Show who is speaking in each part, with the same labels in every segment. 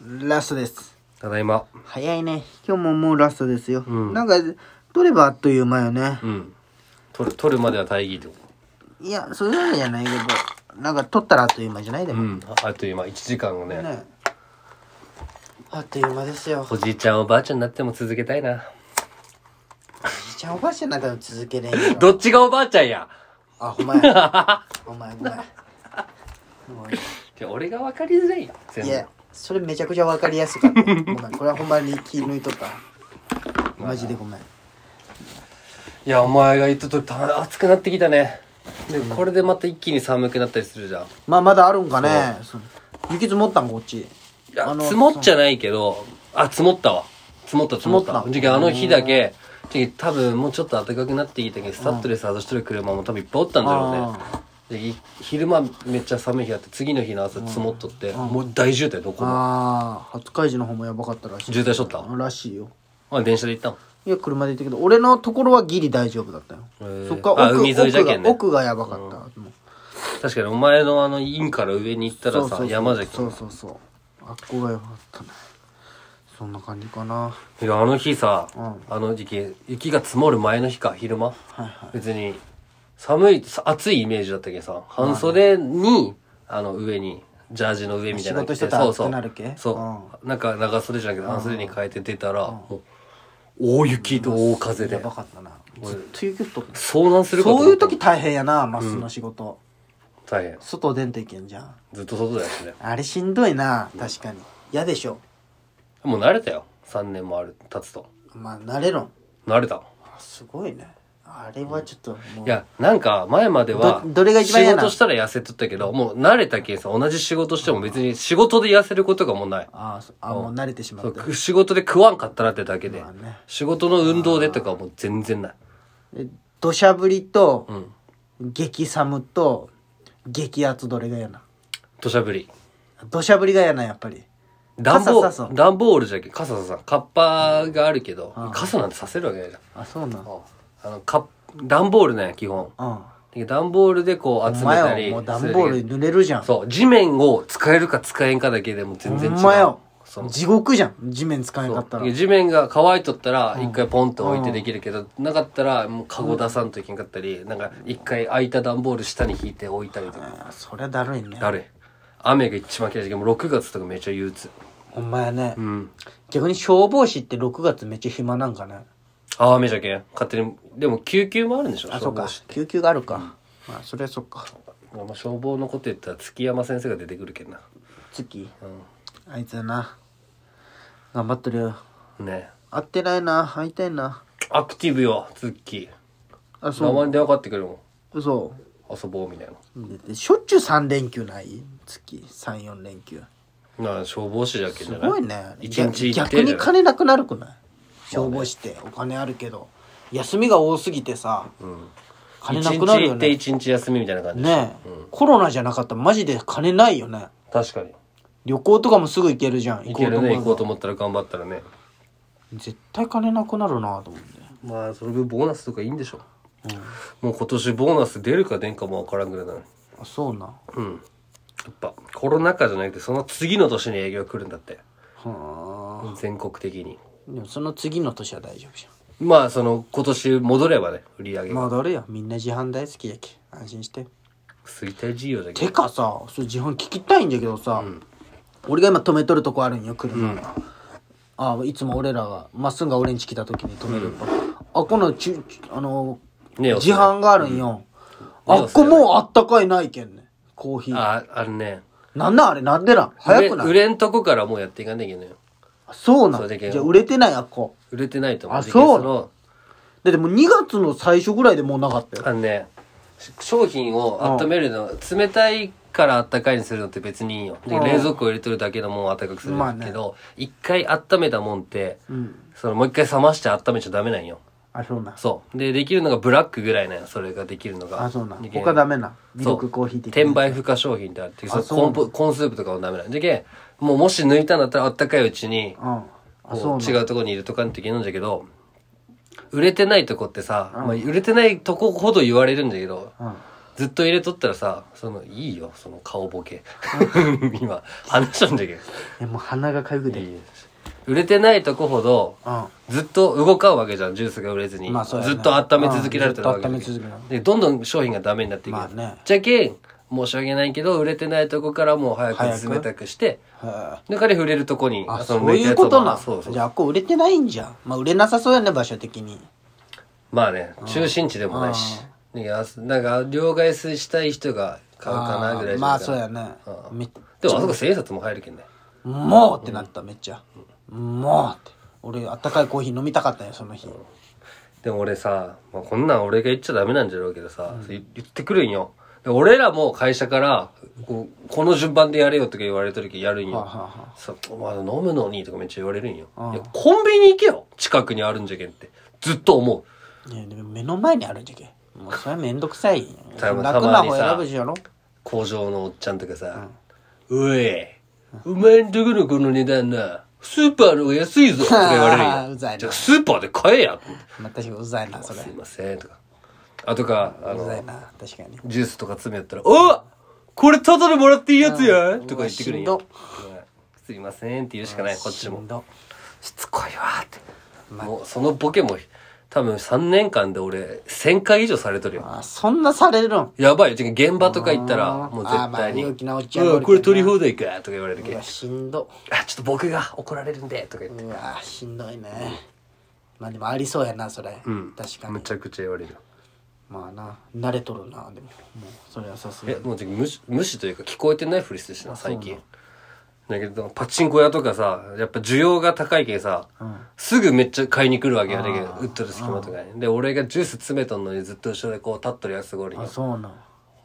Speaker 1: ラストです。
Speaker 2: ただいま。
Speaker 1: 早いね。今日ももうラストですよ。
Speaker 2: うん
Speaker 1: なんか、取ればあっという間よね。
Speaker 2: うん。取る、取るまでは大義ってこ
Speaker 1: いや、そういうわけじゃないけど、なんか取ったらあっという間じゃないで
Speaker 2: と。う
Speaker 1: も。
Speaker 2: ん。あっという間、1時間がね。
Speaker 1: ね。あっという間ですよ。お
Speaker 2: おじいちゃんおばあちゃんになっても続けたいな。
Speaker 1: じいちゃんおばあちゃんなんか続けれん よ。
Speaker 2: どっちがおばあちゃんや
Speaker 1: あ、ほんまや。ほんまや、ごめん。もう
Speaker 2: じゃあ俺が分かりづらいやん。全
Speaker 1: い
Speaker 2: 部
Speaker 1: や。、それめちゃくちゃわかりやすかった。ごめん、これはほんまに気抜いとった。マジでごめん。
Speaker 2: いや、お前が言ったとり、た暑くなってきたね。で、これでまた一気に寒くなったりするじゃん。
Speaker 1: まあ、まだあるんかね。そう雪積もったんこっち。
Speaker 2: いや
Speaker 1: あ、の
Speaker 2: 積もっちゃないけど、あ、積もったわ。積もった、積もっ
Speaker 1: 積
Speaker 2: た。
Speaker 1: もった
Speaker 2: じゃああの日だけ、じゃあ多分もうちょっと暖かくなってきたけど、スタッドレス外してる車も多分いっぱいおったんだろうね。でい昼間めっちゃ寒い日あって、次の日の朝積もっとって、もう大渋滞どこも。
Speaker 1: ああ、初開示の方もやばかったらしい。
Speaker 2: 渋滞しとった
Speaker 1: らしいよ。
Speaker 2: あ、電車で行ったの
Speaker 1: いや、車で行ったけど、俺のところはギリ大丈夫だったよ
Speaker 2: へー。
Speaker 1: そっから
Speaker 2: あ
Speaker 1: 奥
Speaker 2: 海沿いじゃけんね
Speaker 1: 奥が奥がやばかった。もう
Speaker 2: 確かにお前のあの、院から上に行ったらさ、山じゃけ
Speaker 1: そ
Speaker 2: ん
Speaker 1: うそうそう。あっこがやばかったね。そんな感じかな。
Speaker 2: いやあの日さ、
Speaker 1: うん
Speaker 2: あの時期雪が積もる前の日か昼間、
Speaker 1: いは
Speaker 2: 別に寒いさ暑いイメージだったけどさ半袖に、あの上にジャージの上みたいなの着
Speaker 1: 仕事してたら
Speaker 2: そうそう
Speaker 1: 暑くなるけ
Speaker 2: そう、なんか長袖じゃなくて半袖に変えて出たら、もう大雪と大風で、
Speaker 1: やばかったな。ずっと雪降っとった。
Speaker 2: 遭難するかと
Speaker 1: そうい
Speaker 2: 思っ
Speaker 1: う
Speaker 2: た
Speaker 1: 時大変やな、マスの仕事。
Speaker 2: 大変
Speaker 1: 外出んといけんじゃん。
Speaker 2: ずっと外だよね
Speaker 1: あれしんどいな、確かに。嫌でしょ。
Speaker 2: もう慣れたよ3年もある経つと
Speaker 1: まあ、慣れろん。
Speaker 2: 慣れた
Speaker 1: すごいね。あれはちょっともう。
Speaker 2: いや、なんか前までは、
Speaker 1: どどれが一番嫌
Speaker 2: 仕
Speaker 1: な
Speaker 2: 事したら痩せとったけど、もう慣れたけさ、同じ仕事しても別に仕事で痩せることがもうない。
Speaker 1: ああそあ、もう慣れてしま
Speaker 2: そ
Speaker 1: っ
Speaker 2: う
Speaker 1: た。
Speaker 2: く仕事で食わんかったらってだけで
Speaker 1: まあね、
Speaker 2: 仕事の運動でとかはもう全然ない。
Speaker 1: え土砂降りと
Speaker 2: ん、
Speaker 1: 激寒と、激圧どれが嫌な
Speaker 2: 土砂降り。
Speaker 1: 土砂降りが嫌な、やっぱり。
Speaker 2: 段
Speaker 1: 傘
Speaker 2: ボ
Speaker 1: さ
Speaker 2: ー
Speaker 1: そう
Speaker 2: ル、段ボールじゃけ、傘ささん、カッパがあるけど、傘なんてさせるわけないじゃん。
Speaker 1: あ、そうなん。
Speaker 2: あの、カッ段ボールなんや、基本。
Speaker 1: うん。
Speaker 2: で段ボールでこう
Speaker 1: お
Speaker 2: 集め
Speaker 1: 前
Speaker 2: た
Speaker 1: は
Speaker 2: り。
Speaker 1: もう段ボールに濡れるじゃん。
Speaker 2: そう、地面を使えるか使えんかだけでも全
Speaker 1: ほ
Speaker 2: 然違う。
Speaker 1: んまよ
Speaker 2: そう。
Speaker 1: 地獄じゃん。地面使えなかったら。
Speaker 2: 地面が乾いとったら一回ポンと置いてできるけど、なかったらもうカゴ出さんといけんかったり、なんか一回空いた段ボール下に引いて置いたりとか。
Speaker 1: あそりゃだるいね。
Speaker 2: だるい。雨が一番嫌いだけど、もう6月とかめっちゃ憂鬱。
Speaker 1: ほんまやね
Speaker 2: う。ん。
Speaker 1: 逆に消防士って6月めっちゃ暇なんかね。
Speaker 2: ああ、雨じゃけん。勝手に。でも救急もあるんでしょ
Speaker 1: あ、そうか
Speaker 2: 消。
Speaker 1: 救急があるか。まあ、それはそっか。
Speaker 2: 防士まあ消防のこと言ったら月山先生が出てくるけんな。
Speaker 1: 月。
Speaker 2: う
Speaker 1: あいつやな。頑張ってるよ。
Speaker 2: ん。ね
Speaker 1: 会ってないな。会いたいな。
Speaker 2: えアクティブよ、ツッキ
Speaker 1: あ、
Speaker 2: ー。名
Speaker 1: そう。
Speaker 2: 前で分かってくるもん。
Speaker 1: 嘘。
Speaker 2: 遊ぼうみたいな。
Speaker 1: ででしょっちゅう3連休ない月。3、4連休。
Speaker 2: なあ消防士じゃけんじ
Speaker 1: す
Speaker 2: ゃない
Speaker 1: ごいね。
Speaker 2: 一日行って
Speaker 1: 逆
Speaker 2: じゃない
Speaker 1: に金なくなるくない消防士ってお金あるけど。休みが多すぎてさ、金なくなるよね。
Speaker 2: 一日行って一日休みみたいな感じでしょ
Speaker 1: ねえ、コロナじゃなかったらマジで金ないよね
Speaker 2: 確かに
Speaker 1: 旅行とかもすぐ行けるじゃん
Speaker 2: 行けるね行こうと
Speaker 1: 思
Speaker 2: 思ったら頑張ったらね
Speaker 1: えば絶対金なくなるなと思って
Speaker 2: まあその分ボーナスとかいいんでしょ、もう今年ボーナス出るか出んかも分からんぐらいなのに
Speaker 1: あそうな
Speaker 2: うんやっぱコロナ禍じゃなくてその次の年に営業来るんだって
Speaker 1: はあ
Speaker 2: 全国的に
Speaker 1: でもその次の年は大丈夫じ
Speaker 2: まあその今年戻ればね売り上
Speaker 1: ゃ
Speaker 2: げ
Speaker 1: ん
Speaker 2: が
Speaker 1: 戻るよみんな自販大好きやけ安心して
Speaker 2: 衰退事業だけ
Speaker 1: て
Speaker 2: ど
Speaker 1: かさそれ自販聞きたいんだけどさ、俺が今止めとるとこあるんよ車が、あいつも俺らがまっすぐが俺ん家来た時に止める、あこのちゅちゅあの
Speaker 2: ねえおっさん
Speaker 1: 自販があるんよ、
Speaker 2: うん
Speaker 1: あっこもうあったかいないけんねコーヒー
Speaker 2: ああのね
Speaker 1: なんなんあれなんでなん早くな
Speaker 2: 売
Speaker 1: い
Speaker 2: れ売れんとこからもうやっていかなきゃいけないよ
Speaker 1: そうな
Speaker 2: そ
Speaker 1: ん
Speaker 2: うだけど
Speaker 1: じゃあ売れてないあっこ。
Speaker 2: 売れてないと思う
Speaker 1: あそう
Speaker 2: の
Speaker 1: だってもう2月の最初ぐらいでもうなかったよ。
Speaker 2: あのね、し商品を温めるの、冷たいから温かいにするのって別にいいよ。で
Speaker 1: うん
Speaker 2: 冷蔵庫入れとるだけのもんを温かくする
Speaker 1: まあ
Speaker 2: んだ
Speaker 1: ね
Speaker 2: けど、一、回温めたもんって、そのもう一回冷まして温めちゃダメなんよ。
Speaker 1: あ、そうなん。
Speaker 2: そう。で、できるのがブラックぐらいなんよ。それができるのが。
Speaker 1: あ、そうなん。
Speaker 2: でけん
Speaker 1: 他ダメなん。ミ
Speaker 2: そ
Speaker 1: ル
Speaker 2: う
Speaker 1: クコーヒー的な
Speaker 2: 転。売不可商品ってあって、その
Speaker 1: そうなん
Speaker 2: コンポコンスープとかもダメなんでけん、もうもし抜いたんだったら温かいうちに、
Speaker 1: うん。あ、そ
Speaker 2: こ
Speaker 1: うな
Speaker 2: う
Speaker 1: ん。
Speaker 2: 違うところにいるとかんといけないんだけど、売れてないとこってさ、まあ、売れてないとこほど言われるんだけど、
Speaker 1: うん
Speaker 2: ずっと入れとったらさそのいいよその顔ボケ 今話しとんじゃけん
Speaker 1: えもう鼻がかゆくていい
Speaker 2: 売れてないとこほど
Speaker 1: うん
Speaker 2: ずっと動かんわけじゃんジュースが売れずに、
Speaker 1: まあそうやな
Speaker 2: ずっと温め続けられてるわけ
Speaker 1: うんずっと
Speaker 2: じゃ
Speaker 1: 温
Speaker 2: ん
Speaker 1: め続
Speaker 2: でどんどん商品がダメになっていく、
Speaker 1: まあね
Speaker 2: じゃけん申し訳ないけど売れてないとこからもう早
Speaker 1: 早
Speaker 2: く
Speaker 1: く
Speaker 2: 冷たくして
Speaker 1: は
Speaker 2: で彼触れるとこに
Speaker 1: ああ
Speaker 2: の
Speaker 1: そういうことな
Speaker 2: そうそう
Speaker 1: じゃああっこ売れてないんじゃんまあ売れなさそうやね場所的に
Speaker 2: まあね中心地でもないしいやなんか両替したい人が買うかなぐらいじゃな
Speaker 1: あー
Speaker 2: いかな
Speaker 1: まあそうやね
Speaker 2: うん
Speaker 1: めっ
Speaker 2: でもあそこ千円札も入るけんね
Speaker 1: もうってなっためっちゃもうって俺あったかいコーヒー飲みたかったよその日
Speaker 2: でも俺さ、まあ、こんなん俺が言っちゃダメなんじゃろうけどさ、そう言言ってくるんよで俺らも会社からこうこの順番でやれよとか言われた時やるんよ、
Speaker 1: はあはあは
Speaker 2: さお前飲むのにとかめっちゃ言われるんよ、
Speaker 1: うん
Speaker 2: いやコンビニ行けよ近くにあるんじゃけんってずっと思う
Speaker 1: いやでも目の前にあるんじゃけもうそれはめんどくさい
Speaker 2: た
Speaker 1: 楽
Speaker 2: たま
Speaker 1: な
Speaker 2: に
Speaker 1: 方
Speaker 2: さ
Speaker 1: 選ぶじゃろ
Speaker 2: 工場のおっちゃんとかさ、うえ、お前んとこのこの値段な、スーパーの方が安いぞとか言われる
Speaker 1: あー
Speaker 2: ん
Speaker 1: う
Speaker 2: よ。
Speaker 1: ざいな
Speaker 2: じゃあスーパーで買えやと思って
Speaker 1: まあ確かにうざいなそれ
Speaker 2: すいません、とか。あとか、あ
Speaker 1: うざい
Speaker 2: の、
Speaker 1: な確かに
Speaker 2: ジュースとか詰めやったら、おこれタダでもらっていいやつや
Speaker 1: ん
Speaker 2: とか言ってくるん
Speaker 1: うわ
Speaker 2: よ。うんすいませんって言うしかない、こっち
Speaker 1: し
Speaker 2: も
Speaker 1: ん。ど
Speaker 2: しつこいわって。
Speaker 1: まあ
Speaker 2: もうそのボケも、多分3年間で俺、1000回以上されとるよ。
Speaker 1: あそんなされるの
Speaker 2: やばいよ。てか現場とか行ったら、
Speaker 1: あー
Speaker 2: もう絶対に。
Speaker 1: あーまあ
Speaker 2: う
Speaker 1: 勇
Speaker 2: ん
Speaker 1: 気なおっちゃんがおるけどな
Speaker 2: これ取り放題かとか言われるけ
Speaker 1: うんわ。しんど
Speaker 2: あ、ちょっと僕が怒られるんで、とか言って。
Speaker 1: うわしんどいねまあでもありそうやなそれ、確か
Speaker 2: む
Speaker 1: に
Speaker 2: ちゃくちゃ言われるよ。
Speaker 1: まあな慣れとるなでももうそれはさすが
Speaker 2: え
Speaker 1: に、
Speaker 2: もうじゃ無視、無視というか聞こえてないふりしてしな、最近。だけど、パチンコ屋とかさ、やっぱ需要が高いけんさ、すぐめっちゃ買いに来るわけよ。だけど、売っとる隙間とかに。で、俺がジュース詰めとんのにずっと後ろでこう立っとるやつがおるんよ
Speaker 1: あそうな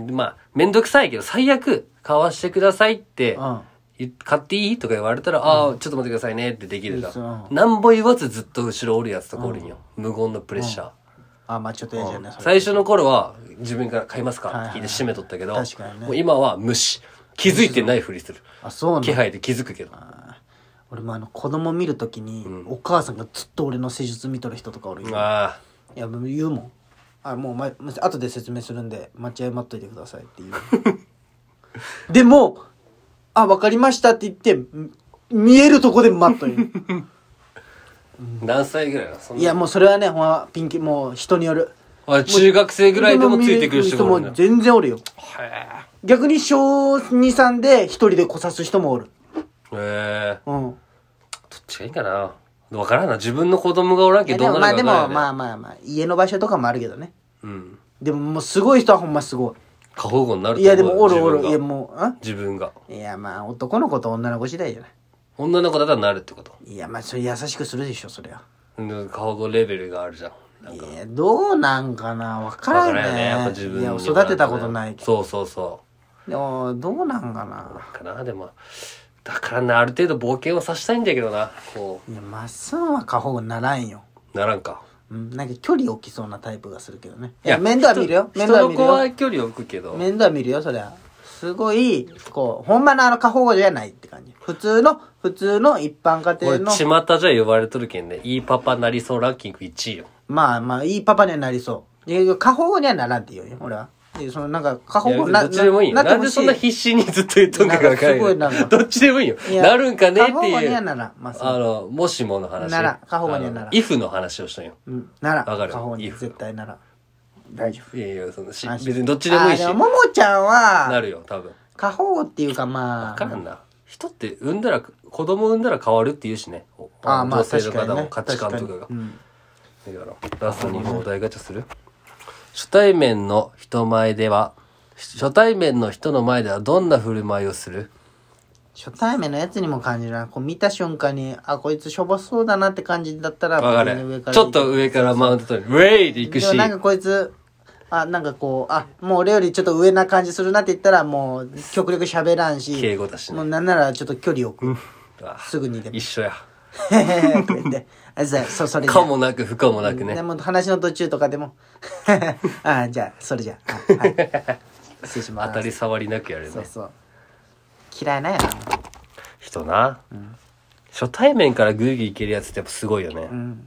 Speaker 1: ん
Speaker 2: でまあ、めんどくさいけど、最悪、買わしてくださいって
Speaker 1: うん、
Speaker 2: い買っていいとか言われたら、ああ、ちょっと待ってくださいねってできる
Speaker 1: そう
Speaker 2: な。なんぼ言わずずっと後ろおるやつとかおるんよ。無言のプレッシャー。
Speaker 1: あまあちょっと嫌じゃないそれ
Speaker 2: 最初の頃は、自分から買いますか
Speaker 1: はいはい
Speaker 2: って聞いて締めとったけど、
Speaker 1: 確かにね
Speaker 2: もう今は無視。気づいてないふりする。
Speaker 1: あそう
Speaker 2: 気
Speaker 1: なん
Speaker 2: 配で気づくけど。あ
Speaker 1: 俺もあの子供見るときに、お母さんがずっと俺の施術見とる人とかおるよ
Speaker 2: あ
Speaker 1: いやもう言うもんあもう前後で説明するんで待ち合い待っといてくださいって言う でも「あわかりました」って言ってん見えるとこで待っといる
Speaker 2: ー。何歳ぐらいなのそんない
Speaker 1: やもうそれはねほんまピンキーもう人による
Speaker 2: あ中学生ぐらいでもついてくる人がおるんだ
Speaker 1: も全然おるよ
Speaker 2: へ
Speaker 1: 逆に小23で一人でこさす人もおる
Speaker 2: え。へえ。
Speaker 1: うん
Speaker 2: どっちがいいかな。わからんな。自分の子供がおらん
Speaker 1: い
Speaker 2: け
Speaker 1: や
Speaker 2: ど、
Speaker 1: で
Speaker 2: ど
Speaker 1: も
Speaker 2: う
Speaker 1: まあ
Speaker 2: なるか
Speaker 1: でも
Speaker 2: わからんよね
Speaker 1: まあまあまあ家の場所とかもあるけどね
Speaker 2: うん。
Speaker 1: でももうすごい人はほんますご
Speaker 2: 過保護になる
Speaker 1: いいやでもおる
Speaker 2: 自
Speaker 1: お
Speaker 2: 分
Speaker 1: る
Speaker 2: が
Speaker 1: いやもう
Speaker 2: 自分が
Speaker 1: んいやまあ男の子と女の子次第じゃない
Speaker 2: 女の子だったらなるってこと
Speaker 1: いやまあそれ優しくするでしょそりゃ
Speaker 2: うん過保護レベルがあるじゃんなん
Speaker 1: い
Speaker 2: か
Speaker 1: やどうなんかな分からん
Speaker 2: わ
Speaker 1: よ
Speaker 2: からんよねやっぱ
Speaker 1: ね
Speaker 2: 自分
Speaker 1: い
Speaker 2: に
Speaker 1: や育てたことないけ
Speaker 2: そうそうそ
Speaker 1: どでもどうなんかな
Speaker 2: うかなでもだからなある程度冒険をさせたいんだけどなこ
Speaker 1: いやまっすんは過保護にならんよ
Speaker 2: うならんか
Speaker 1: うんなんか距離置きそうなタイプがするけどねいや面倒は見るよ
Speaker 2: 人
Speaker 1: 面倒は
Speaker 2: 人
Speaker 1: 見
Speaker 2: の
Speaker 1: る
Speaker 2: 子
Speaker 1: よ
Speaker 2: は距離を置くけど
Speaker 1: 面倒は見るよそりゃすごいこうほんまのあの過保護じゃないって感じ普通の普通の一般家
Speaker 2: 俺
Speaker 1: 庭の
Speaker 2: 巷じゃ呼ばれとるけんねいいパパなりそうランキング1位よ
Speaker 1: まあまあいいパパにはなりそういや過保護にはならんって言うよ俺はでそのなんか過保護
Speaker 2: い
Speaker 1: にな
Speaker 2: やどっちでもいいよ
Speaker 1: なって
Speaker 2: なん
Speaker 1: ほ
Speaker 2: で
Speaker 1: し
Speaker 2: そんな必死にずっと言っとんかがわか
Speaker 1: なんかすごいなん
Speaker 2: ら
Speaker 1: か
Speaker 2: んどっちでもいいよ
Speaker 1: いや
Speaker 2: なるんかねっ
Speaker 1: 過
Speaker 2: て
Speaker 1: 保護に
Speaker 2: い
Speaker 1: は
Speaker 2: う
Speaker 1: ならんまあそう
Speaker 2: あのもしもの話
Speaker 1: ならん過保護にはならん
Speaker 2: あの if の話をしたんよ
Speaker 1: うん、なら
Speaker 2: わかる
Speaker 1: 過保護に
Speaker 2: いい
Speaker 1: 絶対なら大丈夫
Speaker 2: いやいや、そのし、
Speaker 1: 安心
Speaker 2: 別にどっちでもいいし
Speaker 1: あ。もももちゃん
Speaker 2: な
Speaker 1: は
Speaker 2: るよ、多分。
Speaker 1: 過保護っていうかま
Speaker 2: わ
Speaker 1: あ
Speaker 2: かるんだ。人って産んだら、子供産んだら変わるって言うしね。お
Speaker 1: あーまあ
Speaker 2: 女性の
Speaker 1: 確か
Speaker 2: 方
Speaker 1: にね
Speaker 2: も価値観とかが。
Speaker 1: 確かにうん
Speaker 2: だから、ラストにもお題ガチャする初対面の人前では、初対面の人の前ではどんな振る舞いをする
Speaker 1: 初対面のやつにも感じるなこう見た瞬間にあこいつしょぼそうだなって感じだったら
Speaker 2: わか
Speaker 1: 全然上
Speaker 2: る
Speaker 1: か。ら
Speaker 2: ちょっと上からマウント取る。ウェイで行く
Speaker 1: でも
Speaker 2: し。
Speaker 1: なんかこいつあなんかこうあもう俺よりちょっと上な感じするなって言ったらもう極力喋らんし
Speaker 2: 敬語だしね
Speaker 1: もうなんな らちょっと距 離を置く
Speaker 2: あー
Speaker 1: すぐにでも
Speaker 2: 一緒や。
Speaker 1: へへへとか言ってあじゃあそそれじゃ
Speaker 2: かもなく不可もなくね
Speaker 1: で。も話の途中とかでも あじゃあそれじゃああはい失礼しま
Speaker 2: 当
Speaker 1: す
Speaker 2: たり障りなくやる
Speaker 1: そう
Speaker 2: ね。
Speaker 1: そう嫌いなんやな
Speaker 2: 人な。初対面からグイグイいけるやつってやっぱすごいよね。
Speaker 1: うん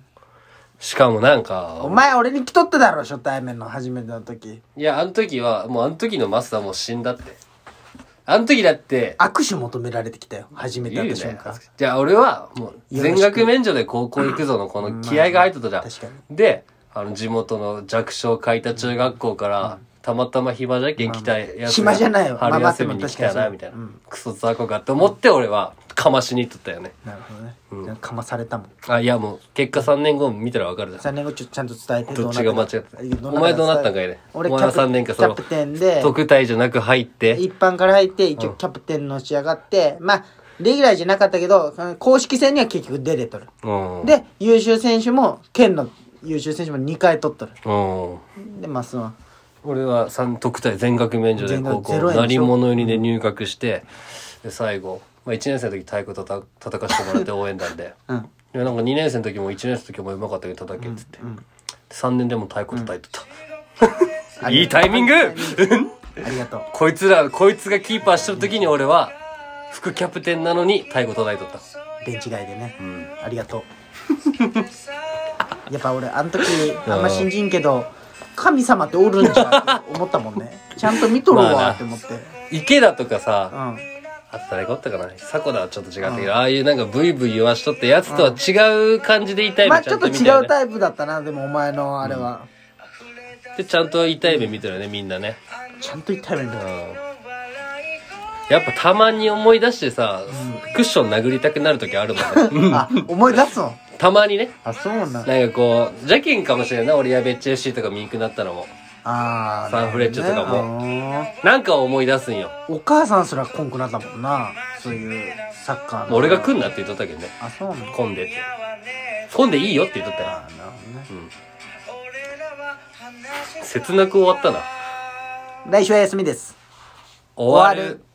Speaker 2: しかもなんか、
Speaker 1: お前俺に来とっただろ初対面の初めての時
Speaker 2: いや、あの時は、もうあの時のマスターもう死んだって。あの時だって、
Speaker 1: 握手求められてきたよ初めて
Speaker 2: 言
Speaker 1: 会
Speaker 2: う
Speaker 1: っ
Speaker 2: よ
Speaker 1: た瞬
Speaker 2: ね
Speaker 1: 間。
Speaker 2: じゃあ俺は、もう、
Speaker 1: よろし
Speaker 2: 全
Speaker 1: く
Speaker 2: 額免除で高校行くぞのこの気合が入ってたじゃん。
Speaker 1: まあ確か
Speaker 2: で、あの地元の弱小開田中学校から、たまたま暇じゃけん来たやつが。
Speaker 1: 暇じゃないよ
Speaker 2: 春休みに来た
Speaker 1: ま
Speaker 2: よ
Speaker 1: あま
Speaker 2: な、
Speaker 1: あ
Speaker 2: みたいな
Speaker 1: 確かに。
Speaker 2: クソ雑魚かって思って俺は、かましに行っとったよね。
Speaker 1: なるほどね、かまされたもん
Speaker 2: あ、いやもう、結果3年後見たらわかるじゃん。
Speaker 1: 3年後ちょっとちゃんと伝えて
Speaker 2: どっちが間違ってた
Speaker 1: どうなった
Speaker 2: お前どうなったんかいね
Speaker 1: 俺
Speaker 2: お
Speaker 1: キ
Speaker 2: 前
Speaker 1: ャ
Speaker 2: は
Speaker 1: プ
Speaker 2: 3年かその
Speaker 1: キャプテンで
Speaker 2: 特待じゃなく入って、
Speaker 1: 一般から入って一応キャプテンのし上がって、まあレギュラーじゃなかったけど公式戦には結局出れとる、
Speaker 2: うん。
Speaker 1: で優秀選手も県の優秀選手も2回取っとる
Speaker 2: うん。
Speaker 1: でまあその
Speaker 2: 俺は三特待全額免除で
Speaker 1: 全額
Speaker 2: 高
Speaker 1: ゼロ
Speaker 2: 校
Speaker 1: 円でしょ
Speaker 2: 何者よりで入学してで最後、まあ、1年生の時太鼓たた叩かしてもらって応援団で
Speaker 1: うん
Speaker 2: でなんか2年生の時も1年生の時もうまかったけど叩けっつって、3年でも太鼓叩いてた、 いいタイミング
Speaker 1: ありがとう
Speaker 2: こいつらこいつがキーパーしてる時に俺は副キャプテンなのに太鼓叩いとった
Speaker 1: ベンチ外でね、ありが とうやっぱ俺あの時あんま信じんけど神様っておるんじゃって思ったもん ねちゃんと見とる
Speaker 2: まあな
Speaker 1: わって思って、
Speaker 2: 池田とかさ
Speaker 1: うん
Speaker 2: あと誰かおったかな迫田はちょっと違ったけど、ああいうなんかブイブイ言わしとったやつとは違う感じで痛い
Speaker 1: まあ
Speaker 2: 目
Speaker 1: ちょっと
Speaker 2: 見たよ
Speaker 1: 違
Speaker 2: ね
Speaker 1: うタイプだったなでもお前のあれは、
Speaker 2: でちゃんと痛い目見てるよねみんなね、
Speaker 1: ちゃんと言ったよね
Speaker 2: うん、やっぱたまに思い出してさ、クッション殴りたくなる時あるもんね
Speaker 1: あ思い出すの
Speaker 2: たまにね
Speaker 1: あそうなんあ
Speaker 2: なんかこう邪険かもしれないな俺やべっち FC とか見にくなったのも
Speaker 1: あー
Speaker 2: サンフレッチェとかも
Speaker 1: ねあ
Speaker 2: なんか思い出すんよ
Speaker 1: ーお母さんすら来んくなったもんなそういうサッカーの
Speaker 2: 俺が来んなって言っとったけどね
Speaker 1: あそうなんだ
Speaker 2: 混んでって混んでいいよって言っとったよ
Speaker 1: あーなるほどね
Speaker 2: 切なく終わったな
Speaker 1: 来週は休みです
Speaker 2: 終わ
Speaker 1: 終わ
Speaker 2: る
Speaker 1: る